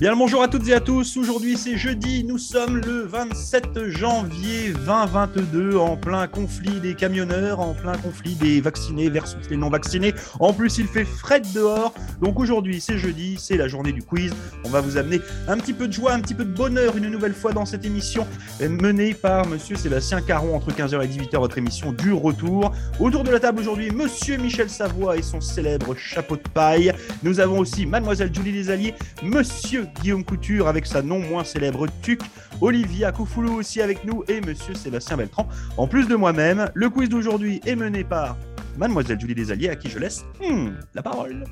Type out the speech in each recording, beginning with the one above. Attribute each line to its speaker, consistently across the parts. Speaker 1: Bien le bonjour à toutes et à tous. Aujourd'hui, c'est jeudi. Nous sommes le 27 janvier 2022, en plein conflit des camionneurs, en plein conflit des vaccinés versus les non-vaccinés. En plus, il fait fret dehors. Donc aujourd'hui, c'est jeudi, c'est la journée du quiz. On va vous amener un petit peu de joie, un petit peu de bonheur une nouvelle fois dans cette émission euh, menée par monsieur Sébastien Caron entre 15h et 18h, votre émission du retour. Autour de la table aujourd'hui, monsieur Michel Savoie et son célèbre chapeau de paille. Nous avons aussi mademoiselle Julie Desalliés, monsieur Guillaume Couture avec sa non moins célèbre tuque, Olivia Koufoulou aussi avec nous et monsieur Sébastien Beltran. En plus de moi-même, le quiz d'aujourd'hui est mené par mademoiselle Julie Desalliés à qui je laisse hmm, la parole.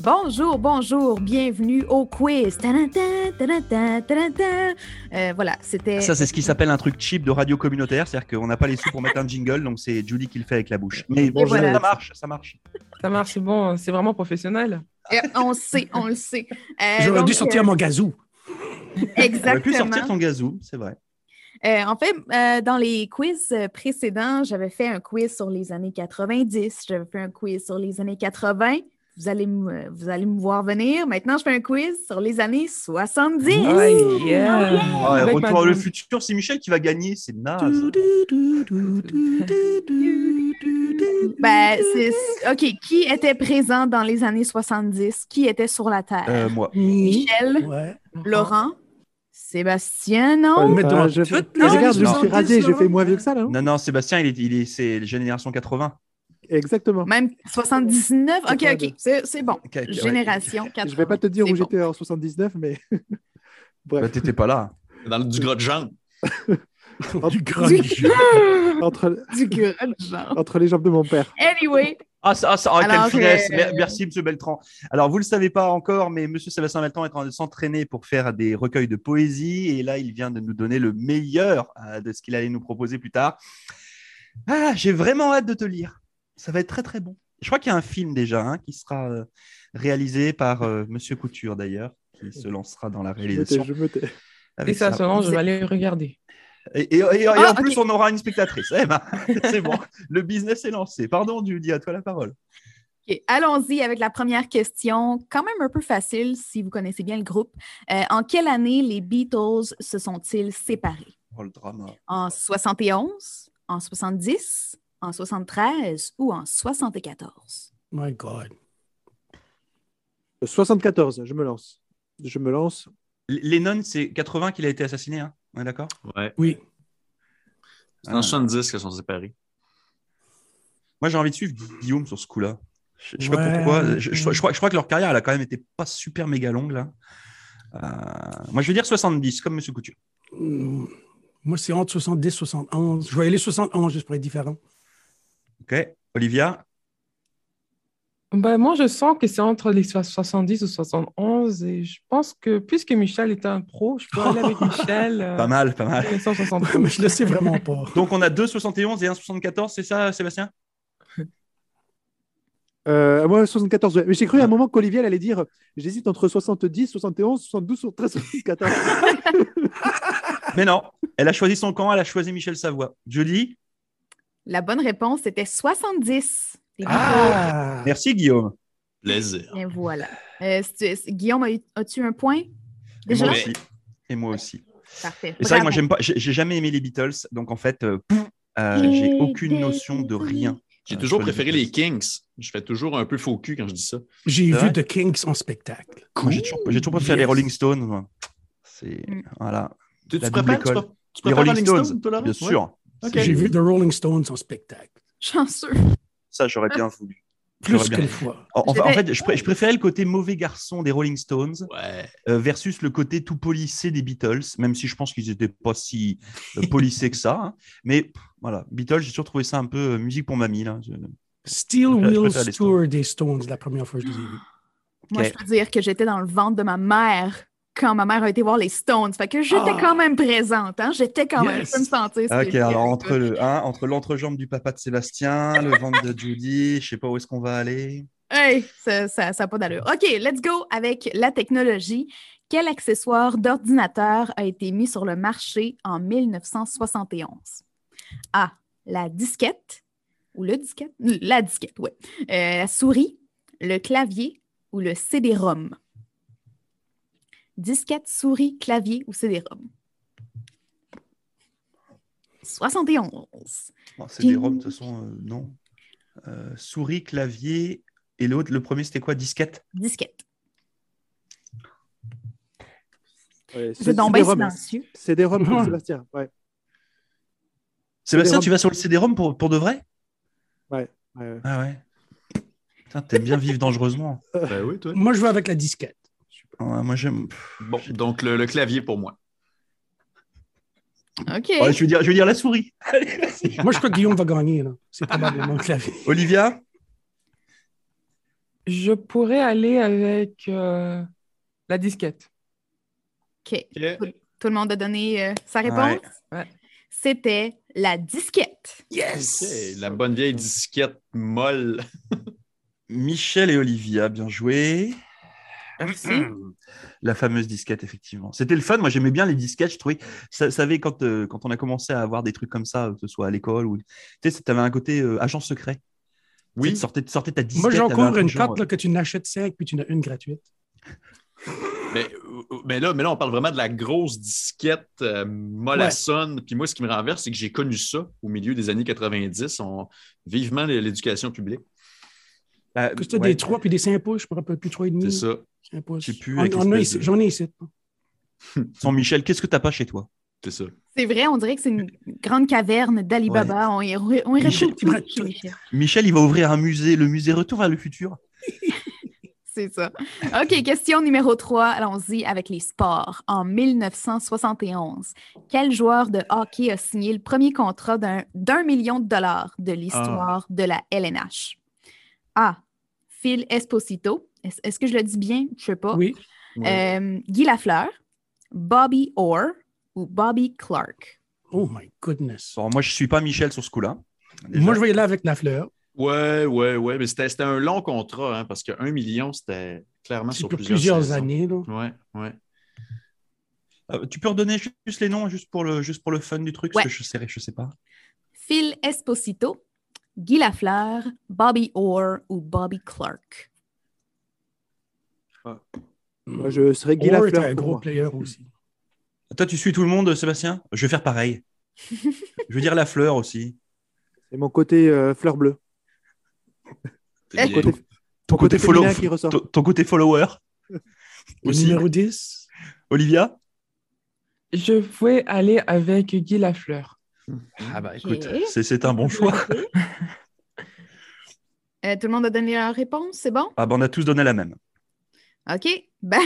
Speaker 2: Bonjour, bonjour, bienvenue au quiz. Tadadam, tadadam, tadadam. Euh, voilà, c'était.
Speaker 1: Ah, Ça, c'est ce qui s'appelle un truc cheap de radio communautaire, c'est-à-dire qu'on n'a pas les sous pour mettre un jingle, donc c'est Julie qui le fait avec la bouche. Mais bon,
Speaker 2: voilà.
Speaker 1: ça marche, ça marche.
Speaker 3: Ça marche, c'est bon, c'est vraiment professionnel.
Speaker 2: Euh, on le sait, on le sait. Euh,
Speaker 4: J'aurais
Speaker 2: donc,
Speaker 4: dû sortir mon gazou.
Speaker 2: euh,
Speaker 1: On aurait pu
Speaker 2: exactement.
Speaker 1: sortir ton gazou, c'est vrai.
Speaker 2: Euh, en fait, euh, dans les quiz euh, précédents, j'avais fait un quiz sur les années 90, j'avais fait un quiz sur les années 80. Vous allez, me- vous allez me voir venir. Maintenant, je fais un quiz sur les années 70.
Speaker 3: Ouais, yeah.
Speaker 1: Ah Ouais,
Speaker 3: Avec
Speaker 1: retour à le
Speaker 3: Madame-
Speaker 1: futur, c'est Michel qui va gagner, c'est naze.
Speaker 2: Ben, c'est... OK, qui était présent dans les années 70? Qui était sur la Terre?
Speaker 1: Euh, moi.
Speaker 2: Michel,
Speaker 4: Ouais.
Speaker 1: hein.
Speaker 3: Ah.
Speaker 2: Laurent, Sébastien,
Speaker 5: Euh,
Speaker 2: non?
Speaker 4: mais dans
Speaker 5: euh, je...
Speaker 4: toutes
Speaker 5: Mais
Speaker 4: les
Speaker 5: regarde, je me
Speaker 1: années
Speaker 5: suis
Speaker 4: 70,
Speaker 5: rasé, j'ai
Speaker 4: Laurent.
Speaker 5: fait moins vieux que ça, là. hein
Speaker 1: Non, non, Sébastien, il est, il est, c'est génération 80.
Speaker 5: Exactement.
Speaker 2: Même 79? OK, OK,
Speaker 5: 82.
Speaker 2: c'est, c'est bon.
Speaker 1: Ok, ok, ouais.
Speaker 2: Génération 80.
Speaker 5: Je vais pas te dire
Speaker 2: C'est
Speaker 5: où
Speaker 2: bon.
Speaker 5: j'étais en 79, mais.
Speaker 1: Bah,
Speaker 5: Bref,
Speaker 1: t'étais pas là.
Speaker 6: Dans le, du gras de jambe.
Speaker 4: Du grand
Speaker 2: Du-
Speaker 4: jeu.
Speaker 5: entre,
Speaker 2: Du grunge, genre.
Speaker 5: entre les jambes de mon père.
Speaker 2: Anyway,
Speaker 1: Ah, ça, ah,
Speaker 4: Oh,
Speaker 1: ça, ah,
Speaker 2: Alors,
Speaker 1: quelle finesse.
Speaker 2: euh,
Speaker 1: Mer- Merci, Monsieur Beltran. Alors, vous ne le savez pas encore, mais Monsieur Sébastien Beltran est en train de s'entraîner pour faire des recueils de poésie. Et là, il vient de nous donner le meilleur euh, de ce qu'il allait nous proposer plus tard. Ah, j'ai vraiment hâte de te lire. Ça va être très, très bon. Je crois qu'il y a un film déjà hein, qui sera euh, réalisé par euh, Monsieur Couture, d'ailleurs, qui se lancera dans la
Speaker 5: Je me tais,
Speaker 1: réalisation.
Speaker 5: je me tais.
Speaker 3: Et
Speaker 1: avec
Speaker 3: ça,
Speaker 1: ça.
Speaker 3: selon, je vais aller regarder.
Speaker 1: Et, et- et- et
Speaker 2: Ah,
Speaker 1: en plus, on aura une spectatrice. Eh ben, c'est bon, le business est lancé. Pardon, Julie, à toi la parole.
Speaker 2: OK, allons-y avec la première question, quand même un peu facile si vous connaissez bien le groupe. Euh, en quelle année les Beatles se sont-ils séparés?
Speaker 1: Oh, le drama.
Speaker 2: En 71, en 70, en 73 ou en 74?
Speaker 4: My God.
Speaker 5: 74, je me lance. Je me lance.
Speaker 1: L- Lennon, c'est 80 qu'il a été assassiné, hein on est d'accord
Speaker 6: Ouais.
Speaker 4: Oui.
Speaker 6: C'est
Speaker 1: Ah.
Speaker 6: en 70 qu'elles sont séparées.
Speaker 1: Moi, j'ai envie de suivre Gu- Guillaume sur ce coup-là. Je, je sais pas
Speaker 4: Ouais.
Speaker 1: pourquoi. Je, je- je crois, je crois que leur carrière, elle a quand même été pas super méga longue, là. Euh, moi, je vais dire 70, comme Monsieur Couture.
Speaker 4: Mm. Moi, c'est entre 70 71. Je vais aller 71 juste pour être différent.
Speaker 1: OK Olivia
Speaker 3: Ben, moi, je sens que c'est entre les so- 70 ou 71 et je pense que puisque Michel est un pro, je peux aller avec Michel euh,
Speaker 1: Pas mal, pas mal.
Speaker 3: 1972.
Speaker 4: Mais je le sais vraiment pas.
Speaker 1: Donc, on a 2,71 et 1,74, c'est ça, Sébastien
Speaker 5: Euh, moi, 74, ouais. Mais j'ai cru à un moment qu'Olivier elle allait dire j'hésite entre 70, 71, 72, 13, 74.
Speaker 1: Mais non, elle a choisi son camp, elle a choisi Michel Savoie. Julie
Speaker 2: La bonne réponse était 70. Les Beatles.
Speaker 4: Ah!
Speaker 1: Merci, Guillaume.
Speaker 6: Plaisir.
Speaker 1: Ah,
Speaker 2: Bien, voilà. Euh, si tu- si- Guillaume, as eu- as-tu un point?
Speaker 1: Et
Speaker 2: Déjà?
Speaker 1: moi
Speaker 6: là
Speaker 1: aussi. Et moi aussi.
Speaker 2: Parfait.
Speaker 1: Et c'est vrai que moi,
Speaker 2: Bravo.
Speaker 1: j'aime pas, j'ai j'ai jamais aimé les Beatles, donc en fait, euh, pff, euh, j'ai aucune notion de rien.
Speaker 6: J'ai
Speaker 1: Euh,
Speaker 6: toujours
Speaker 1: sur les
Speaker 6: préféré
Speaker 1: Beatles.
Speaker 6: les Kings. Je fais toujours un peu faux cul quand je dis ça.
Speaker 4: J'ai
Speaker 1: C'est
Speaker 4: vu
Speaker 1: vrai?
Speaker 4: The Kinks en spectacle.
Speaker 1: Moi, J'ai toujours, j'ai toujours préféré les
Speaker 4: Yes.
Speaker 1: Rolling Stones. moi. C'est
Speaker 2: Mm.
Speaker 1: voilà,
Speaker 6: Tu,
Speaker 1: La
Speaker 6: tu
Speaker 1: double
Speaker 6: prépares, tu,
Speaker 1: école.
Speaker 6: pré-
Speaker 1: les
Speaker 6: tu prépares
Speaker 1: Rolling
Speaker 6: Rolling Stones,
Speaker 1: Stones,
Speaker 6: toi, Laurent?
Speaker 1: bien
Speaker 6: Ouais.
Speaker 1: sûr.
Speaker 6: Ok.
Speaker 1: C'est-
Speaker 4: J'ai vu The Rolling Stones en spectacle.
Speaker 2: Chanceux.
Speaker 1: Ça, j'aurais bien voulu.
Speaker 4: Ah. Plus
Speaker 1: J'aurais bien-
Speaker 4: qu'une fois.
Speaker 1: En, en-
Speaker 2: J'étais-
Speaker 1: en fait, je, pré- je préférais le côté mauvais garçon des Rolling Stones
Speaker 6: Ouais.
Speaker 1: euh, versus le côté tout polissé des Beatles, même si je pense qu'ils n'étaient pas si euh, polissés que ça. hein. Mais pff, voilà, Beatles, j'ai toujours trouvé ça un peu euh, musique pour mamie. Là. Je-
Speaker 4: Steel
Speaker 1: Je- je préfère les
Speaker 4: Wheels
Speaker 1: Stones.
Speaker 4: Tour des Stones, la première fois que je les ai vus.
Speaker 2: Moi, je peux dire que j'étais dans le ventre de ma mère quand ma mère a été voir les Stones. Fait que j'étais
Speaker 4: Ah.
Speaker 2: quand même présente. Hein? J'étais quand même.
Speaker 4: Yes.
Speaker 2: Je peux me sentir. ce que
Speaker 1: Ah, Ok,
Speaker 2: je
Speaker 1: alors
Speaker 2: fais.
Speaker 1: entre le hein, entre l'entrejambe du papa de Sébastien, le ventre de Judy, je sais pas où est-ce qu'on va aller.
Speaker 2: Hey, ça ça- ça a pas d'allure. OK, let's go avec la technologie. Quel accessoire d'ordinateur a été mis sur le marché en 1971? A. La disquette. Ou le disquette? La disquette, Euh, oui. la souris, le clavier ou le CD-ROM? disquette, souris, clavier ou CD-ROM? 71.
Speaker 1: Ah, c'est des roms, de toute façon, euh, non. Euh, souris, clavier, et l'autre, le premier, c'était quoi Disquette
Speaker 2: Disquette.
Speaker 5: Ouais,
Speaker 2: Vous êtes donc
Speaker 5: des
Speaker 2: bien
Speaker 1: hein.
Speaker 5: roms.
Speaker 2: silencieux.
Speaker 5: C'est des roms,
Speaker 3: Ouais.
Speaker 5: Sébastien. Ouais,
Speaker 1: Sébastien,
Speaker 5: CD-ROM.
Speaker 1: tu vas sur le CD-ROM pour, pour de vrai
Speaker 5: ouais, ouais.
Speaker 1: Ah ouais. Putain, t'aimes bien vivre dangereusement.
Speaker 6: Ben oui, toi.
Speaker 4: Moi, je vais avec la disquette.
Speaker 1: Ouais, moi, j'aime.
Speaker 6: Bon, donc le, le clavier pour moi.
Speaker 2: OK.
Speaker 1: Ouais, Oh, je, veux dire, je veux dire la souris. Allez, vas-y.
Speaker 4: Moi, je crois que Guillaume va gagner. là. C'est probablement le clavier.
Speaker 1: Olivia
Speaker 3: Je pourrais aller avec euh, la disquette.
Speaker 2: OK.
Speaker 6: Ok.
Speaker 2: Tout le monde a donné euh, sa réponse?
Speaker 3: Ouais.
Speaker 2: C'était la disquette.
Speaker 6: Ok, La bonne vieille disquette molle.
Speaker 1: Michel et Olivia, bien joué.
Speaker 3: Merci.
Speaker 1: La fameuse disquette, effectivement. C'était le fun. Moi, j'aimais bien les disquettes. Je trouvais, ça, savez, quand, euh, quand on a commencé à avoir des trucs comme ça, que ce soit à l'école ou. Tu sais, c'est- t'avais un côté euh, agent secret.
Speaker 6: Oui.
Speaker 1: Tu sais, sortais, sortais ta disquette.
Speaker 4: Moi, j'encouvre
Speaker 1: t'avais un
Speaker 4: une
Speaker 1: truc genre,
Speaker 4: carte là, que tu n'achètes cinq puis tu n'as une gratuite.
Speaker 6: Mais, euh, mais là, mais là, on parle vraiment de la grosse disquette euh, mollassonne. Puis moi, ce qui me renverse, c'est que j'ai connu ça au milieu des années 90. On... Vivement l- l'éducation publique.
Speaker 1: euh,
Speaker 4: Que c'était
Speaker 1: ouais,
Speaker 4: des 3 puis des 5 pouces, je me rappelle plus 3,5.
Speaker 1: Mm.
Speaker 6: C'est ça.
Speaker 4: cinq pouces.
Speaker 1: Je sais plus,
Speaker 4: On-
Speaker 1: avec
Speaker 4: on a
Speaker 1: l'espèce
Speaker 4: ici-
Speaker 1: de-
Speaker 4: J'en ai ici.
Speaker 1: Sans Michel, qu'est-ce que t'as pas chez toi
Speaker 6: C'est ça.
Speaker 2: C'est vrai, on dirait que c'est une grande caverne d'Alibaba. On y re- on y
Speaker 1: Michel,
Speaker 2: retrouve tout
Speaker 4: tu-
Speaker 2: chez Michel.
Speaker 1: Michel, il va ouvrir un musée, le musée Retour vers le futur.
Speaker 2: C'est ça. OK, question numéro 3. Allons-y avec les sports. En 1971, quel joueur de hockey a signé le premier contrat d'un d'un million de dollars de l'histoire de la LNH? A. Phil Esposito. Est-ce est-ce que je le dis bien? Je sais pas.
Speaker 4: Oui.
Speaker 6: Ouais.
Speaker 2: Euh, Guy Lafleur, Bobby Orr ou Bobby Clark?
Speaker 4: Oh my goodness.
Speaker 1: Bon, moi, je suis pas Michel sur ce coup-là. Déjà.
Speaker 4: Moi, je vais y aller avec la fleur.
Speaker 6: ouais, ouais, ouais. Mais c'était c'était un long contrat, hein, parce que 1 million, c'était clairement
Speaker 4: C'est
Speaker 6: sur
Speaker 4: pour
Speaker 6: plusieurs,
Speaker 4: plusieurs
Speaker 6: saisons.
Speaker 4: années. là.
Speaker 6: Ouais, ouais.
Speaker 1: Euh, tu peux redonner ju- juste les noms, juste pour le, juste pour le fun du truc, parce que je sais, je sais pas.
Speaker 2: Phil Esposito, Guy Lafleur, Bobby Orr ou Bobby Clark?
Speaker 5: Moi, je serais Guy
Speaker 4: Orr Mm. est
Speaker 5: Lafleur.
Speaker 4: Oh, un
Speaker 5: pour
Speaker 4: gros
Speaker 5: moi.
Speaker 4: player aussi.
Speaker 1: Toi, tu suis tout le monde, Sébastien Je vais faire pareil. je veux dire la fleur aussi.
Speaker 5: C'est mon côté euh, fleur bleue.
Speaker 2: Eh,
Speaker 6: Il y a-
Speaker 5: Côté-
Speaker 1: Ton
Speaker 5: côté
Speaker 1: follow-
Speaker 5: féminin qui ressort.
Speaker 1: ton, ton côté follower.
Speaker 4: Le
Speaker 1: aussi.
Speaker 4: numéro 10.
Speaker 1: Olivia
Speaker 3: Je vais aller avec Guy Lafleur.
Speaker 1: Ah bah
Speaker 2: écoute,
Speaker 1: c'est, c'est un bon choix.
Speaker 2: Euh, tout le monde a donné leur réponse, c'est bon?
Speaker 1: Ah bah on a tous donné la même.
Speaker 2: OK. Ben,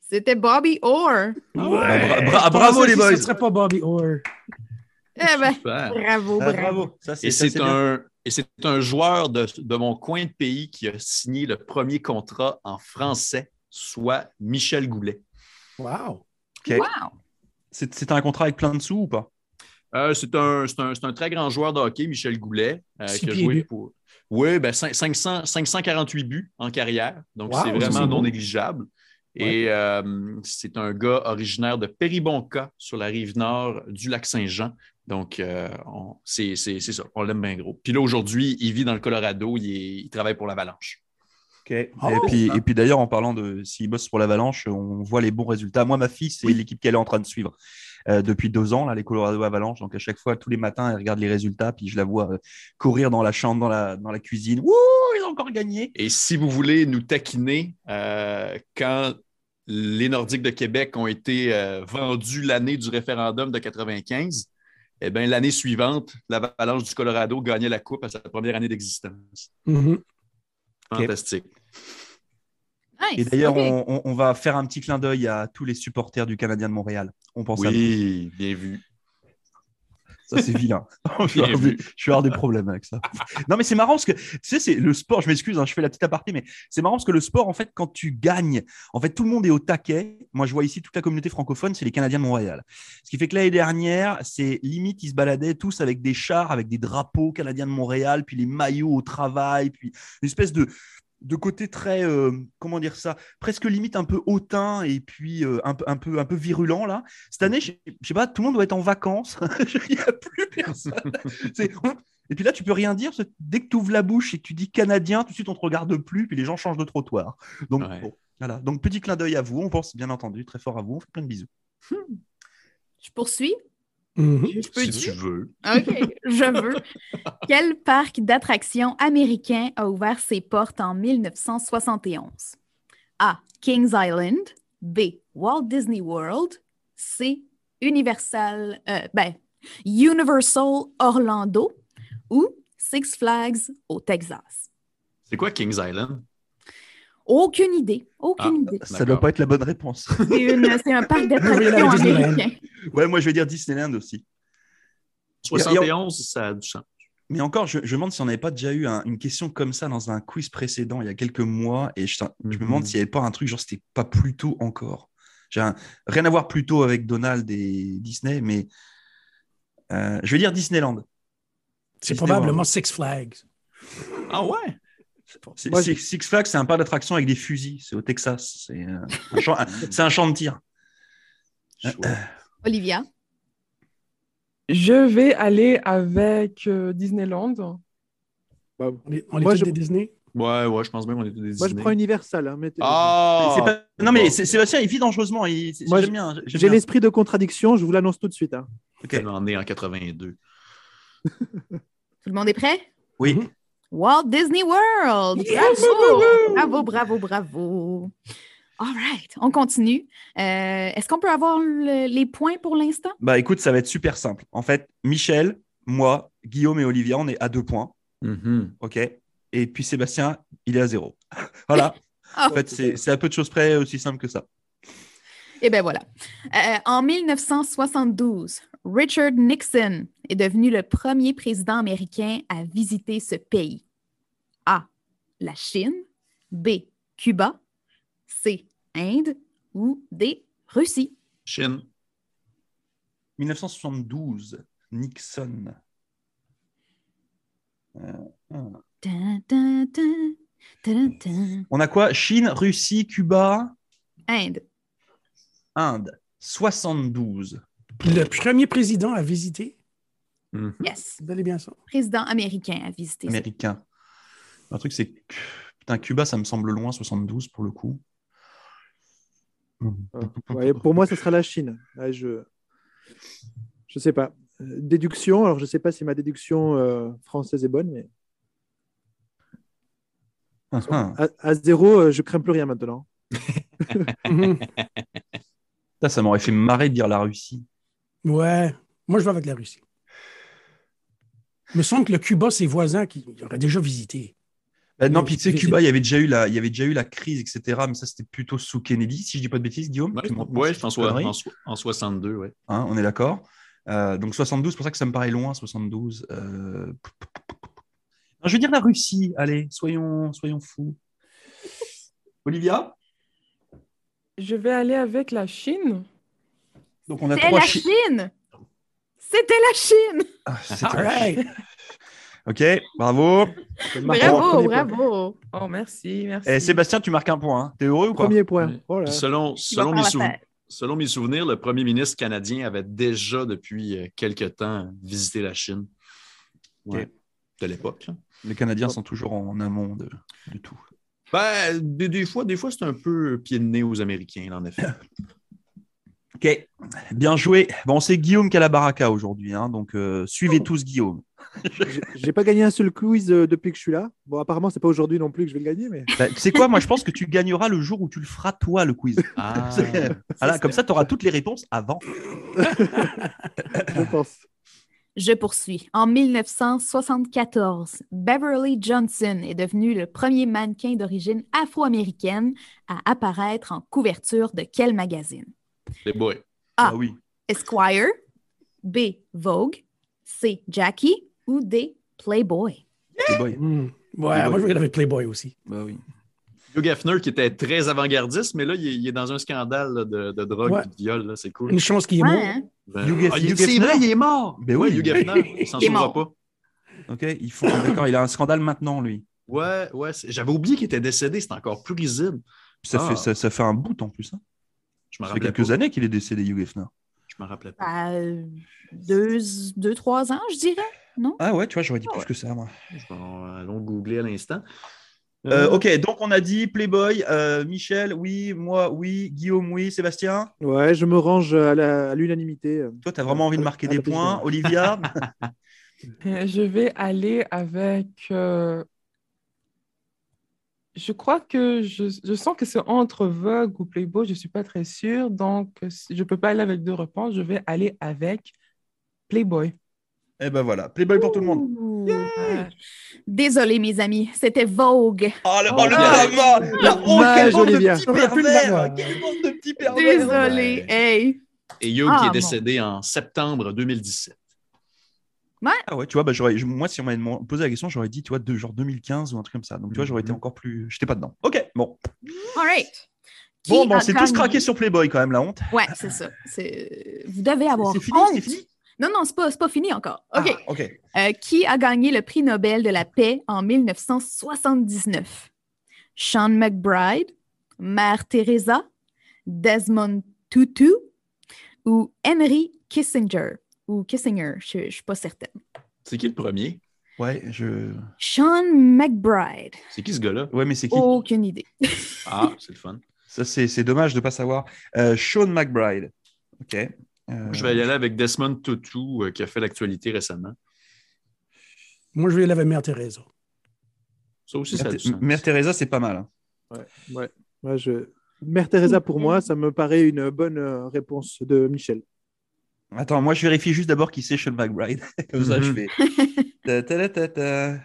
Speaker 2: c'était Bobby Orr.
Speaker 1: Bah, bra- bra- bravo les boys
Speaker 4: Ce serait pas Bobby Orr.
Speaker 2: Eh ben,
Speaker 6: Super.
Speaker 2: bravo,
Speaker 1: Ah,
Speaker 2: bravo.
Speaker 1: bravo. Ça, c'est,
Speaker 6: Et
Speaker 1: ça, c'est
Speaker 6: c'est
Speaker 1: bien.
Speaker 6: un, et c'est un joueur de, de mon coin de pays qui a signé le premier contrat en français, soit Michel Goulet.
Speaker 4: Wow.
Speaker 1: Ok.
Speaker 2: Wow.
Speaker 1: C'est, c'est un contrat avec plein de sous ou pas
Speaker 6: Euh, c'est un, c'est un- c'est un très grand joueur de hockey, Michel Goulet, euh,
Speaker 4: Six
Speaker 6: qui a
Speaker 4: pieds
Speaker 6: joué
Speaker 4: nus.
Speaker 6: pour. Oui, ben cin- 500 548 buts en carrière, donc
Speaker 4: Wow,
Speaker 6: c'est
Speaker 4: ça,
Speaker 6: vraiment
Speaker 4: c'est
Speaker 6: non
Speaker 4: beau.
Speaker 6: négligeable. Et euh, c'est un gars originaire de Péribonca, sur la rive nord du lac Saint-Jean. Donc, euh, on- c'est c'est- c'est ça, on l'aime bien gros. Puis là, aujourd'hui, il vit dans le Colorado, il, est- il travaille pour l'Avalanche.
Speaker 1: et,
Speaker 4: Oh.
Speaker 1: puis, et puis d'ailleurs, en parlant de s'il bosse pour l'Avalanche, on voit les bons résultats. Moi, ma fille, c'est l'équipe qu'elle est en train de suivre euh, depuis deux ans, là, les Colorado Avalanche. Donc à chaque fois, tous les matins, elle regarde les résultats, puis je la vois euh, courir dans la chambre, dans la, dans la cuisine. Wouh, ils ont encore gagné
Speaker 6: Et si vous voulez nous taquiner, euh, quand les Nordiques de Québec ont été euh, vendus l'année du référendum de 95, eh bien, l'année suivante, l'Avalanche du Colorado gagnait la Coupe à sa première année d'existence.
Speaker 5: Mm-hmm.
Speaker 4: Mhm.
Speaker 6: Fantastique.
Speaker 2: Nice.
Speaker 1: Et d'ailleurs,
Speaker 2: OK.
Speaker 1: on, on- on va faire un petit clin d'œil à tous les supporters du Canadien de Montréal. On pense à vous.
Speaker 6: Oui, bien vu.
Speaker 1: Ça, c'est vilain. je, vais
Speaker 6: Bien
Speaker 1: avoir des,
Speaker 6: vu.
Speaker 1: je vais avoir des problèmes avec ça. Non, mais c'est marrant parce que, tu sais, c'est le sport, je m'excuse, hein, je fais la petite aparté, mais c'est marrant parce que le sport, en fait, quand tu gagnes, en fait, tout le monde est au taquet. Moi, je vois ici toute la communauté francophone, c'est les Canadiens de Montréal. Ce qui fait que l'année dernière, c'est limite, ils se baladaient tous avec des chars, avec des drapeaux canadiens de Montréal, puis les maillots au travail, puis une espèce de de côté très euh, comment dire ça presque limite un peu hautain et puis euh, un, peu- un peu un peu virulent là cette année je je sais pas tout le monde doit être en vacances il n'y a plus personne C'est- et puis là tu peux rien dire parce que dès que tu ouvres la bouche et que tu dis canadien tout de suite on te regarde plus puis les gens changent de trottoir donc
Speaker 6: Ouais.
Speaker 1: bon, Voilà. Donc, petit clin d'œil à vous. On pense bien entendu très fort à vous. On fait plein de bisous.
Speaker 2: Je poursuis.
Speaker 4: Mhm.
Speaker 2: Je peux
Speaker 6: si
Speaker 2: dire?
Speaker 6: tu veux.
Speaker 2: OK, je veux. Quel parc d'attractions américain a ouvert ses portes en 1971? A. Kings Island. B. Walt Disney World. C. Universal, euh, ben, Universal Orlando. Ou Six Flags au Texas.
Speaker 6: C'est quoi Kings Island?
Speaker 2: Aucune idée. Aucune idée.
Speaker 1: Ça doit pas être la bonne réponse.
Speaker 2: C'est une- c'est un parc d'attractions
Speaker 4: Oui, là,
Speaker 2: américain.
Speaker 1: ouais, moi, je vais dire Disneyland aussi.
Speaker 6: 71, ça a du sens.
Speaker 1: Mais encore, je, je me demande si on n'avait pas déjà eu un- une question comme ça dans un quiz précédent il y a quelques mois. Et je, je me demande
Speaker 6: Mhm.
Speaker 1: s'il n'y avait pas un truc, genre, c'était pas plus tôt encore. J'ai un- rien à voir plus tôt avec Donald et Disney, mais euh, je vais dire Disneyland.
Speaker 4: C'est
Speaker 1: Disney
Speaker 4: probablement
Speaker 1: World.
Speaker 4: Six Flags.
Speaker 6: Ah ouais?
Speaker 1: C'est-
Speaker 5: Moi,
Speaker 1: c'est- Six Flags, c'est un parc d'attraction avec des fusils. C'est au Texas. C'est euh, un, champ- un- c'est un champ de tir.
Speaker 5: Euh,
Speaker 6: Chouette.
Speaker 2: Olivia,
Speaker 3: Je vais aller avec euh, Disneyland.
Speaker 5: Bah,
Speaker 4: On est, on est
Speaker 5: Moi,
Speaker 4: tous
Speaker 5: je-
Speaker 4: des Disney.
Speaker 6: Ouais, ouais, je pense même qu'on était des
Speaker 5: moi, je
Speaker 6: Disney.
Speaker 5: prends Universal. hein, mettez-
Speaker 6: Ah!
Speaker 1: C'est pas- Non, mais
Speaker 6: Bon.
Speaker 1: c'est- Sébastien, il vit dangereusement. il- c'est-
Speaker 5: Moi,
Speaker 1: J'aime bien. j'aime
Speaker 5: J'ai
Speaker 1: bien.
Speaker 5: l'esprit de contradiction, je vous l'annonce tout de suite. hein.
Speaker 1: Ok.
Speaker 6: Elle en est en 82.
Speaker 2: tout le monde est prêt?
Speaker 1: Oui.
Speaker 4: Mhm.
Speaker 2: Walt Disney World. Bravo, bravo, bravo, bravo. All right, on continue. Euh, Est-ce qu'on peut avoir le- les points pour l'instant?
Speaker 1: Bah écoute, ça va être super simple. En fait, Michel, moi, Guillaume et Olivia, on est à deux points.
Speaker 6: Mhm.
Speaker 1: OK. Et puis Sébastien, il est à zéro. voilà.
Speaker 2: Ah.
Speaker 1: En fait, c'est c'est à peu de choses près aussi simple que ça.
Speaker 2: Eh bien voilà. Euh, en 1972, Richard Nixon est devenu le premier président américain à visiter ce pays. A. La Chine. B. Cuba. C. Inde. Ou D. Russie.
Speaker 6: Chine.
Speaker 1: 1972, Nixon.
Speaker 2: Dun, dun, dun, dun, dun.
Speaker 1: On a quoi Chine, Russie, Cuba,
Speaker 2: Inde.
Speaker 1: Inde. 72.
Speaker 4: Le premier président à visiter,
Speaker 6: Mhm.
Speaker 2: Yes.
Speaker 4: vous allez bien ça.
Speaker 2: président américain à visiter. ça.
Speaker 1: Américain. Un truc, c'est. Putain, Cuba, ça me semble loin, 72 pour le coup.
Speaker 5: Ouais, pour moi, ce sera la Chine. Ouais, je je sais pas. Euh, Déduction, alors je sais pas si ma déduction euh, française est bonne, mais
Speaker 1: Ah, ah.
Speaker 5: à, à zéro, euh, je crains plus rien maintenant.
Speaker 4: Mhm.
Speaker 1: Ça, ça m'aurait fait marrer de dire la Russie.
Speaker 4: Ouais. Moi, je vais avec la Russie. Il me semble que le Cuba, ses voisins, qui il aurait déjà visité.
Speaker 1: Bah, non,
Speaker 4: Mais-
Speaker 1: puis tu sais,
Speaker 4: mais-
Speaker 1: Cuba, il y avait déjà eu la, il y avait déjà eu la crise, etc. Mais ça, c'était plutôt sous Kennedy, si je dis pas de bêtises, Guillaume.
Speaker 6: Ouais,
Speaker 1: Tu m'en-
Speaker 6: ouais, je pense ouais,
Speaker 1: Conneries.
Speaker 6: en, so- en 62, ouais.
Speaker 1: Hein, on est d'accord. Euh, donc 72, c'est pour ça que ça me paraît loin, 72. Euh, non, je veux dire la Russie. Allez, soyons, soyons fous. Olivia.
Speaker 3: Je vais aller avec la Chine.
Speaker 1: Donc on a
Speaker 2: C'était
Speaker 1: trois.
Speaker 2: la
Speaker 1: chi-
Speaker 2: Chine! C'était la Chine!
Speaker 1: Ah, c'était
Speaker 4: All
Speaker 1: la
Speaker 4: right.
Speaker 1: Chine. Ok, bravo.
Speaker 5: Je marque mon
Speaker 2: Bravo,
Speaker 5: premier
Speaker 2: bravo!
Speaker 3: Oh, merci, merci.
Speaker 1: Et Eh, Sébastien, tu marques un point. hein. T'es heureux ou quoi
Speaker 5: point. Premier point.
Speaker 6: Oui.
Speaker 2: Euh,
Speaker 5: Oh là là.
Speaker 6: Selon, selon,
Speaker 2: faire
Speaker 6: mes
Speaker 2: la
Speaker 6: souve-
Speaker 2: fête.
Speaker 6: selon mes souvenirs, le premier ministre canadien avait déjà, depuis euh, quelque temps, visité la Chine. Ouais.
Speaker 1: Ok.
Speaker 6: De l'époque. hein.
Speaker 1: Les Canadiens sont toujours en amont de, de tout.
Speaker 6: Ben, des, des fois, des fois c'est un peu pied de nez aux Américains, là, en effet.
Speaker 1: Ok, bien joué. Bon, c'est Guillaume qui a la baraka aujourd'hui, hein, donc euh, suivez tous Guillaume.
Speaker 5: J'ai- J'ai pas gagné un seul quiz euh, depuis que je suis là. Bon, apparemment, c'est pas aujourd'hui non plus que je vais le gagner, mais
Speaker 1: Bah, tu sais quoi, moi je pense que tu gagneras le jour où tu le feras toi, le quiz.
Speaker 6: Ah,
Speaker 1: Voilà, comme ça, tu auras toutes les réponses avant.
Speaker 5: je pense.
Speaker 2: Je poursuis. En 1974, Beverly Johnson est devenue le premier mannequin d'origine afro-américaine à apparaître en couverture de quel magazine?
Speaker 6: les boys.
Speaker 2: Ah.
Speaker 1: oui.
Speaker 2: Esquire, B. Vogue, C. Jackie ou D. Playboy?
Speaker 1: les boys.
Speaker 4: Mhm. Ouais, moi, je vais aller avec Playboy aussi.
Speaker 1: Bah oui.
Speaker 6: Hugh Hefner, qui était très avant-gardiste, mais là, il est, il est dans un scandale là, de, de drogue
Speaker 4: Ouais.
Speaker 6: et de viol. là, C'est cool.
Speaker 4: Une chance qu'il est
Speaker 2: Ouais,
Speaker 4: mort.
Speaker 2: hein?
Speaker 6: Ben,
Speaker 1: Hugh Hef-
Speaker 6: ah, il-
Speaker 1: Hugh
Speaker 6: c'est
Speaker 1: Hefner?
Speaker 6: vrai, il est mort.
Speaker 1: Ben oui.
Speaker 6: ouais, Hugh Hefner, il s'en
Speaker 2: Il est mort.
Speaker 6: sauvera pas.
Speaker 1: Ok, il faut... d'accord, il a un scandale maintenant, lui.
Speaker 6: Ouais, ouais. c'est- J'avais oublié qu'il était décédé. C'est encore plus risible.
Speaker 1: Puis ça,
Speaker 6: Ah.
Speaker 1: fait, ça, ça fait un bout en plus. hein.
Speaker 6: Je m'en
Speaker 1: Ça fait
Speaker 6: rappelais
Speaker 1: quelques
Speaker 6: pas.
Speaker 1: années qu'il est décédé, Hugh Hefner.
Speaker 6: Je m'en rappelais pas.
Speaker 2: Bah, euh, deux, deux, trois ans, je dirais.
Speaker 1: Ah ouais, tu vois, j'aurais dit
Speaker 2: Ah
Speaker 1: plus
Speaker 2: ouais.
Speaker 1: que ça, moi.
Speaker 6: Bon, allons googler à l'instant.
Speaker 1: Euh, ok, donc on a dit Playboy, euh, Michel, oui, moi, oui, Guillaume, oui, Sébastien.
Speaker 5: Ouais, je me range à la- à l'unanimité. euh.
Speaker 1: Toi, tu as vraiment envie de marquer
Speaker 5: Ah,
Speaker 1: des
Speaker 5: bah, je
Speaker 1: points.
Speaker 5: vais.
Speaker 1: Olivia,
Speaker 3: Euh, Je vais aller avec. euh, Je crois que je, je sens que c'est entre Vogue ou Playboy, je ne suis pas très sûre. Donc, euh, si- je ne peux pas aller avec deux réponses. Je vais aller avec Playboy.
Speaker 1: eh ben voilà, Playboy pour tout le monde.
Speaker 2: Ouh. Désolée, mes amis, c'était Vogue.
Speaker 1: Ah, le,
Speaker 6: Oh,
Speaker 1: oh, le
Speaker 6: bien.
Speaker 1: drama La honte, quelle
Speaker 5: Dommage,
Speaker 1: bande de
Speaker 5: Olivia.
Speaker 1: petits
Speaker 4: J'aurais pu le
Speaker 1: pervers
Speaker 4: l'avoir.
Speaker 1: Quelle bande de petits pervers
Speaker 2: Désolée.
Speaker 6: ouais.
Speaker 2: Hey.
Speaker 6: Et Hugh
Speaker 2: Ah,
Speaker 6: qui est
Speaker 2: bon.
Speaker 6: décédé en septembre 2017.
Speaker 1: Ah ouais, tu vois, bah, j'aurais- je- moi, si on m'avait demandé- posé la question, j'aurais dit, tu vois, de, genre 2015 ou un truc comme ça. Donc, tu vois, j'aurais été
Speaker 6: Mhm.
Speaker 1: encore plus... J'étais pas dedans. OK, bon.
Speaker 2: All right. Qui
Speaker 1: Bon, bon,
Speaker 2: a
Speaker 1: c'est tous
Speaker 2: gagné?
Speaker 1: craqué sur Playboy, quand même, la honte.
Speaker 2: Ouais, c'est ça. C'est- Vous devez avoir
Speaker 1: C'est fini,
Speaker 2: Ah honte.
Speaker 1: c'est fini.
Speaker 2: Non, non, c'est pas, c'est pas fini encore. OK.
Speaker 1: Ah, OK.
Speaker 2: Euh, qui a gagné le prix Nobel de la paix en 1979? Sean McBride, Mère Teresa, Desmond Tutu ou Henry Kissinger? Ou Kissinger, je ne suis pas certaine.
Speaker 6: C'est qui le premier?
Speaker 1: Ouais, je...
Speaker 2: Sean McBride.
Speaker 6: C'est qui ce gars-là?
Speaker 1: Ouais, mais c'est qui?
Speaker 2: Aucune idée. Euh,
Speaker 6: Ah, c'est le fun.
Speaker 1: Ça, c'est c'est dommage de ne pas savoir. Euh, Sean McBride. OK. Euh,
Speaker 6: Je vais y aller avec Desmond Tutu euh, qui a fait l'actualité récemment.
Speaker 4: Moi, je vais aller avec Mère Teresa.
Speaker 6: Ça aussi, ça a
Speaker 1: Mère,
Speaker 6: du sens.
Speaker 1: Mère Teresa, c'est pas mal. hein.
Speaker 5: Ouais, ouais, je... Mère Teresa pour moi, ça me paraît une bonne euh, réponse de Michel.
Speaker 1: Attends, moi, je vérifie juste d'abord qui c'est Sean McBride. Comme ça, je
Speaker 6: Mhm.
Speaker 1: fais... Ta, ta, ta, ta, ta.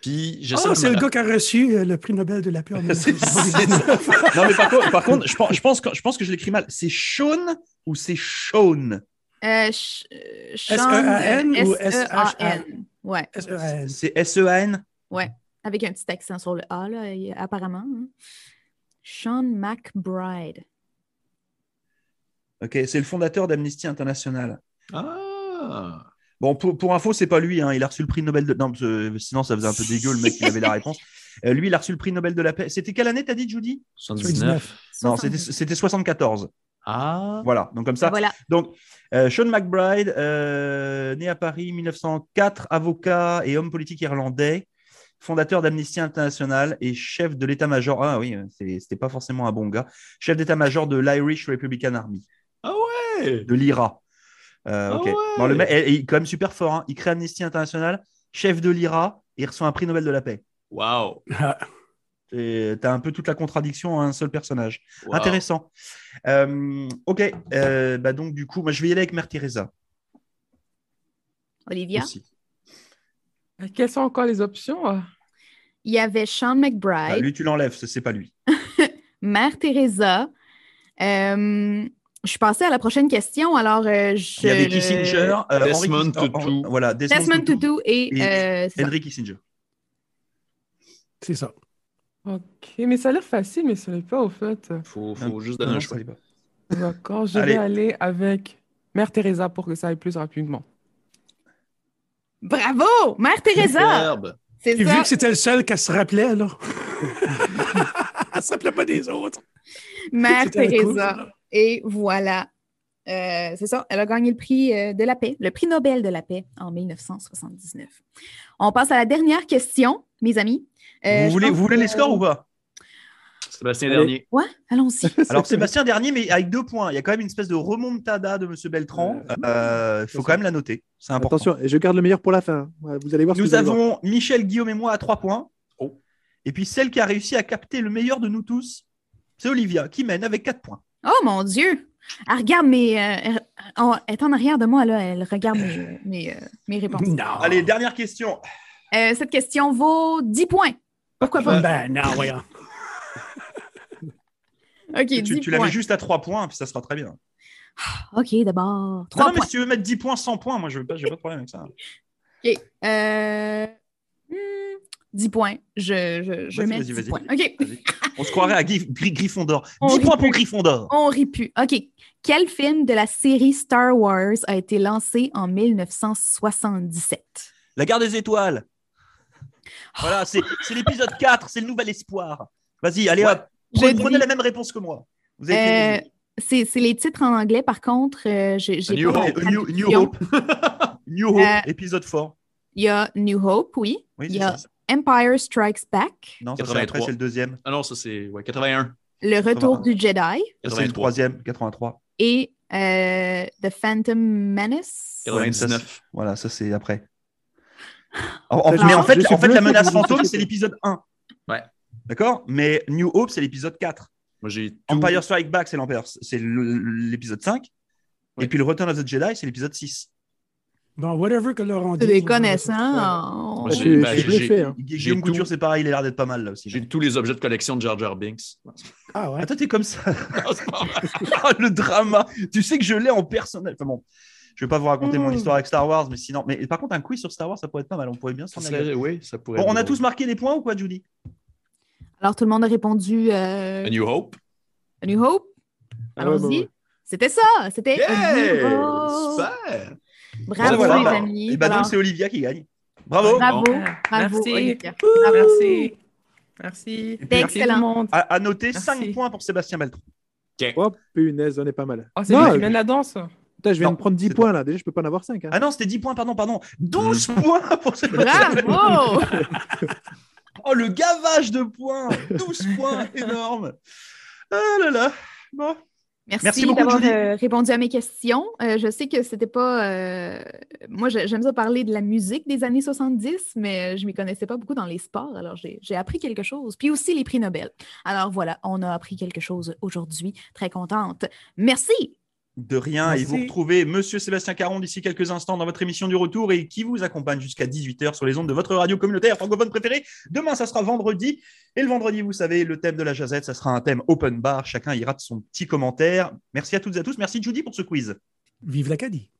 Speaker 6: Puis,
Speaker 4: Ah,
Speaker 6: j'essaie de
Speaker 4: c'est
Speaker 6: me
Speaker 4: le gars qui a reçu euh, le prix Nobel de la paix en
Speaker 1: C'est-
Speaker 4: 1979.
Speaker 1: Non, mais par contre, par contre, je, pense, je, pense que, je pense que je l'écris mal. C'est Sean ou c'est Sean?
Speaker 2: Euh, Sh- euh, Sean
Speaker 4: S-E-A-N ou
Speaker 2: S-E-A-N. Ouais,
Speaker 4: S.E.A.N..
Speaker 1: C'est E S-E-A-N?
Speaker 2: avec un petit accent sur le A, là, et- apparemment. hein. Sean McBride.
Speaker 1: Ok, c'est le fondateur d'Amnesty International.
Speaker 6: Ah!
Speaker 1: Bon, pour, pour info, c'est pas lui, hein, il a reçu le prix Nobel de. Non, parce que sinon, ça faisait un peu dégueu, le mec, il avait la réponse. Euh, lui, il a reçu le prix Nobel de la paix. C'était quelle année, t'as dit, Judy
Speaker 6: 79.
Speaker 1: Non,
Speaker 2: 70.
Speaker 1: c'était c'était 74.
Speaker 6: Ah!
Speaker 1: Voilà, donc comme ça.
Speaker 2: Voilà.
Speaker 1: Donc, euh, Sean McBride, euh, né à Paris 1904, avocat et homme politique irlandais, fondateur d'Amnesty International et chef de l'état-major. Ah oui, euh, c'est- c'était pas forcément un bon gars. Chef d'état-major de l'Irish Republican Army.
Speaker 6: Ouais!
Speaker 1: de l'IRA. Euh,
Speaker 6: Ah
Speaker 1: ok.
Speaker 6: ouais.
Speaker 1: Non, le mec, et- et il est quand même super fort. hein. Il crée Amnesty International, chef de l'IRA, et il reçoit un prix Nobel de la paix.
Speaker 6: Wow!
Speaker 4: Ah,
Speaker 1: Et T'as un peu toute la contradiction à un seul personnage.
Speaker 6: Wow.
Speaker 1: Intéressant. Euh, ok. Euh, bah donc du coup, moi je vais y aller avec Mère Teresa
Speaker 2: Olivia.
Speaker 1: aussi.
Speaker 3: Euh, Quelles sont encore les options? euh?
Speaker 2: Il y avait Sean
Speaker 1: Ah,
Speaker 2: McBride,
Speaker 1: lui, tu l'enlèves, ça, c'est pas lui.
Speaker 2: Mère Teresa. Euh, je passais à la prochaine question, alors euh,
Speaker 1: Il
Speaker 2: je...
Speaker 1: y avait Kissinger, euh, Henry
Speaker 6: Desmond
Speaker 1: Kiss- oh,
Speaker 6: Tutu.
Speaker 1: oh, voilà, Desmond,
Speaker 2: Desmond
Speaker 1: Tutu,
Speaker 2: Tutu et...
Speaker 1: Et-
Speaker 2: euh, c'est ça.
Speaker 1: Henry Kissinger.
Speaker 4: c'est ça.
Speaker 3: Ok, mais ça a l'air facile, mais ça l'est pas au fait.
Speaker 6: Faut, faut juste
Speaker 1: Hein.
Speaker 6: donner
Speaker 1: Non,
Speaker 6: un
Speaker 1: ça
Speaker 6: choix.
Speaker 1: l'est pas.
Speaker 3: D'accord, je
Speaker 1: Allez.
Speaker 3: vais aller avec Mère Teresa pour que ça aille plus rapidement.
Speaker 2: Bravo! Mère Teresa!
Speaker 6: Superbe.
Speaker 2: C'est
Speaker 4: Et vu
Speaker 2: ça.
Speaker 4: que c'était le seul qu'elle se rappelait, là. elle se rappelait pas des autres.
Speaker 2: Mère
Speaker 4: C'était la cause,
Speaker 2: Teresa.
Speaker 4: là.
Speaker 2: Et voilà. Euh, c'est ça, elle a gagné le prix euh, de la paix, le prix Nobel de la paix en 1979. On passe à la dernière question, mes amis. Euh,
Speaker 1: vous
Speaker 2: je
Speaker 1: voulez,
Speaker 2: pense
Speaker 1: vous voulez
Speaker 2: que-
Speaker 1: les scores ou pas
Speaker 6: Sébastien
Speaker 5: Allez.
Speaker 6: Dernier.
Speaker 2: Ouais, allons-y.
Speaker 1: Alors Sébastien dernier, mais avec deux points. Il y a quand même une espèce de remontada de Monsieur Beltran.
Speaker 5: Euh,
Speaker 1: Il faut quand même la noter. C'est important.
Speaker 5: Attention, et je garde le meilleur pour la fin. hein. Ouais, Vous allez voir. ce que
Speaker 1: Nous
Speaker 5: vous allez voir.
Speaker 1: avons Michel, Guillaume et moi à trois points.
Speaker 6: Oh.
Speaker 1: Et puis celle qui a réussi à capter le meilleur de nous tous, c'est Olivia, qui mène avec quatre points.
Speaker 2: Oh mon Dieu! Elle regarde mes. euh, elle- oh, elle est en arrière de moi, là. Elle regarde mes, mes, euh, mes réponses.
Speaker 4: Non.
Speaker 1: Allez, dernière question.
Speaker 2: Euh, cette question vaut 10 points. Pourquoi pas?
Speaker 1: euh,
Speaker 4: Ben non, voyons.
Speaker 2: OK,
Speaker 1: Tu,
Speaker 2: 10
Speaker 1: tu
Speaker 2: points.
Speaker 1: l'avais juste à trois points, puis ça sera très bien.
Speaker 2: OK, d'abord.
Speaker 1: Non,
Speaker 2: 3
Speaker 1: non, mais
Speaker 2: points.
Speaker 1: si tu veux mettre 10 points, 100 points, moi, je n'ai pas, j'ai pas de problème avec ça.
Speaker 2: OK. Euh, hmm, 10 points. Je, je, je
Speaker 1: Vas-y,
Speaker 2: mets
Speaker 1: vas-y,
Speaker 2: 10
Speaker 1: vas-y.
Speaker 2: points. OK.
Speaker 1: Vas-y. On se croirait à Gri- Gri- Gryffondor.
Speaker 2: On
Speaker 1: 10
Speaker 2: rit
Speaker 1: points pour
Speaker 2: plus.
Speaker 1: Gryffondor.
Speaker 2: On rit plus. OK. Quel film de la série Star Wars a été lancé en 1977?
Speaker 1: La gare des étoiles. Voilà, c'est c'est l'épisode 4, c'est le nouvel espoir. Vas-y, allez
Speaker 6: Ouais.
Speaker 1: hop. Prenez,
Speaker 2: Je
Speaker 1: prenez
Speaker 2: dis-
Speaker 1: la même réponse que moi. Vous
Speaker 2: Euh,
Speaker 1: avez fait-
Speaker 2: C'est c'est les titres en anglais, par contre. euh, j'ai j'ai
Speaker 6: New
Speaker 2: pas la
Speaker 1: Hope. New- New
Speaker 2: traduction.
Speaker 1: New Hope,
Speaker 2: euh,
Speaker 1: épisode 4.
Speaker 2: Il y a New Hope, oui.
Speaker 1: Oui,
Speaker 2: Il
Speaker 1: c'est
Speaker 2: y a
Speaker 1: ça.
Speaker 2: Empire Strikes Back,
Speaker 1: Non, ça, c'est
Speaker 6: 83.
Speaker 1: après, c'est le deuxième.
Speaker 6: Ah non, ça c'est ouais, 81.
Speaker 2: Le Retour du Jedi
Speaker 1: Ça, C'est le
Speaker 6: 83.
Speaker 1: troisième, 83.
Speaker 2: et euh, The Phantom Menace.
Speaker 1: Ouais, ça,
Speaker 6: 99.
Speaker 1: Voilà, ça, c'est après. En- en-
Speaker 2: Je-
Speaker 1: mais en
Speaker 5: je
Speaker 1: fait,
Speaker 5: suis
Speaker 1: en fait, la
Speaker 5: bluffé
Speaker 1: menace
Speaker 5: que vous me
Speaker 1: fantôme,
Speaker 5: disiez
Speaker 1: c'est
Speaker 5: que-
Speaker 1: l'épisode 1.
Speaker 6: Ouais.
Speaker 1: D'accord Mais New Hope, c'est l'épisode 4.
Speaker 6: Moi j'ai tout.
Speaker 1: Empire Strike Back, c'est l'Empire- c'est le- l'épisode 5.
Speaker 6: Ouais.
Speaker 1: Et puis le Return of the Jedi, c'est l'épisode 6.
Speaker 4: Bon, whatever que leur on dit.
Speaker 2: Tu les
Speaker 4: on-
Speaker 2: connais,
Speaker 4: Ouais.
Speaker 2: hein?
Speaker 6: Moi,
Speaker 5: Je suis-
Speaker 6: Ben,
Speaker 5: je suis
Speaker 6: j'ai-
Speaker 5: bluffé. hein.
Speaker 1: Guillaume
Speaker 6: tout.
Speaker 1: Couture, c'est pareil, il a l'air d'être pas mal là aussi.
Speaker 6: J'ai tous les objets de collection de Jar Jar Binks. Non,
Speaker 4: Ah ouais.
Speaker 1: Ah, toi, t'es comme ça.
Speaker 6: c'est pas vrai.
Speaker 1: Ah, le drama. Tu sais que je l'ai en personnel. Enfin bon, je vais pas vous raconter
Speaker 5: Mmh.
Speaker 1: mon histoire avec Star Wars, mais sinon. Mais par contre, un quiz sur Star Wars, ça pourrait être pas mal. On pourrait bien s'en
Speaker 6: Ça
Speaker 1: aller.
Speaker 6: serait- oui, ça pourrait
Speaker 1: Bon,
Speaker 6: être
Speaker 1: on a
Speaker 6: drôle.
Speaker 1: tous marqué des points ou quoi, Judy
Speaker 2: Alors, tout le monde a répondu euh,
Speaker 6: A New Hope.
Speaker 2: A New Hope.
Speaker 5: Ah ouais, bah
Speaker 2: Allons-y.
Speaker 5: ouais.
Speaker 2: C'était ça. C'était A New
Speaker 6: Yeah!
Speaker 2: Hope.
Speaker 6: Super!
Speaker 2: Bravo,
Speaker 1: Voilà,
Speaker 2: les
Speaker 1: bah,
Speaker 2: amis. Bah,
Speaker 1: Et bah donc,
Speaker 2: Alors,
Speaker 1: c'est Olivia qui gagne. Bravo.
Speaker 2: bravo,
Speaker 6: bon.
Speaker 2: Oh, bravo,
Speaker 3: Ah, Merci.
Speaker 2: Olivia.
Speaker 3: Ah,
Speaker 2: Bravo.
Speaker 3: Merci. Merci.
Speaker 1: C'était
Speaker 3: Merci tout le
Speaker 2: excellent.
Speaker 3: monde.
Speaker 1: À, à noter
Speaker 3: Merci.
Speaker 1: 5 points pour Sébastien Beltran.
Speaker 5: Oh, punaise, on est pas mal.
Speaker 3: Oh, c'est
Speaker 5: Non,
Speaker 3: moi qui
Speaker 5: euh,
Speaker 3: mène la danse.
Speaker 5: Putain, je viens
Speaker 1: Non,
Speaker 5: de prendre 10
Speaker 1: c'est
Speaker 5: points là. Déjà, je peux pas en avoir hein. 5.
Speaker 1: Ah non, c'était 10 points, pardon, pardon. 12 points pour Sébastien Beltran.
Speaker 2: Bravo!
Speaker 1: Oh, le gavage de points 12 points, énorme Ah là là Bon.
Speaker 2: Merci,
Speaker 1: Merci beaucoup,
Speaker 2: d'avoir
Speaker 1: Julie.
Speaker 2: euh, répondu à mes questions. Euh, je sais que c'était pas. euh, Moi, je- j'aime ça parler de la musique des années 70, mais euh, je m'y connaissais pas beaucoup dans les sports. Alors, j'ai j'ai appris quelque chose. Puis aussi les prix Nobel. Alors, voilà, on a appris quelque chose aujourd'hui. Très contente. Merci.
Speaker 1: De rien, et
Speaker 3: Merci.
Speaker 1: vous retrouvez Monsieur Sébastien Caron d'ici quelques instants dans votre émission du retour et qui vous accompagne jusqu'à 18h sur les ondes de votre radio communautaire francophone préférée. Demain, ça sera vendredi. Et le vendredi, vous savez, le thème de la jazette, ça sera un thème open bar. Chacun ira de son petit commentaire. Merci à toutes et à tous. Merci Judy pour ce quiz.
Speaker 4: Vive l'Acadie.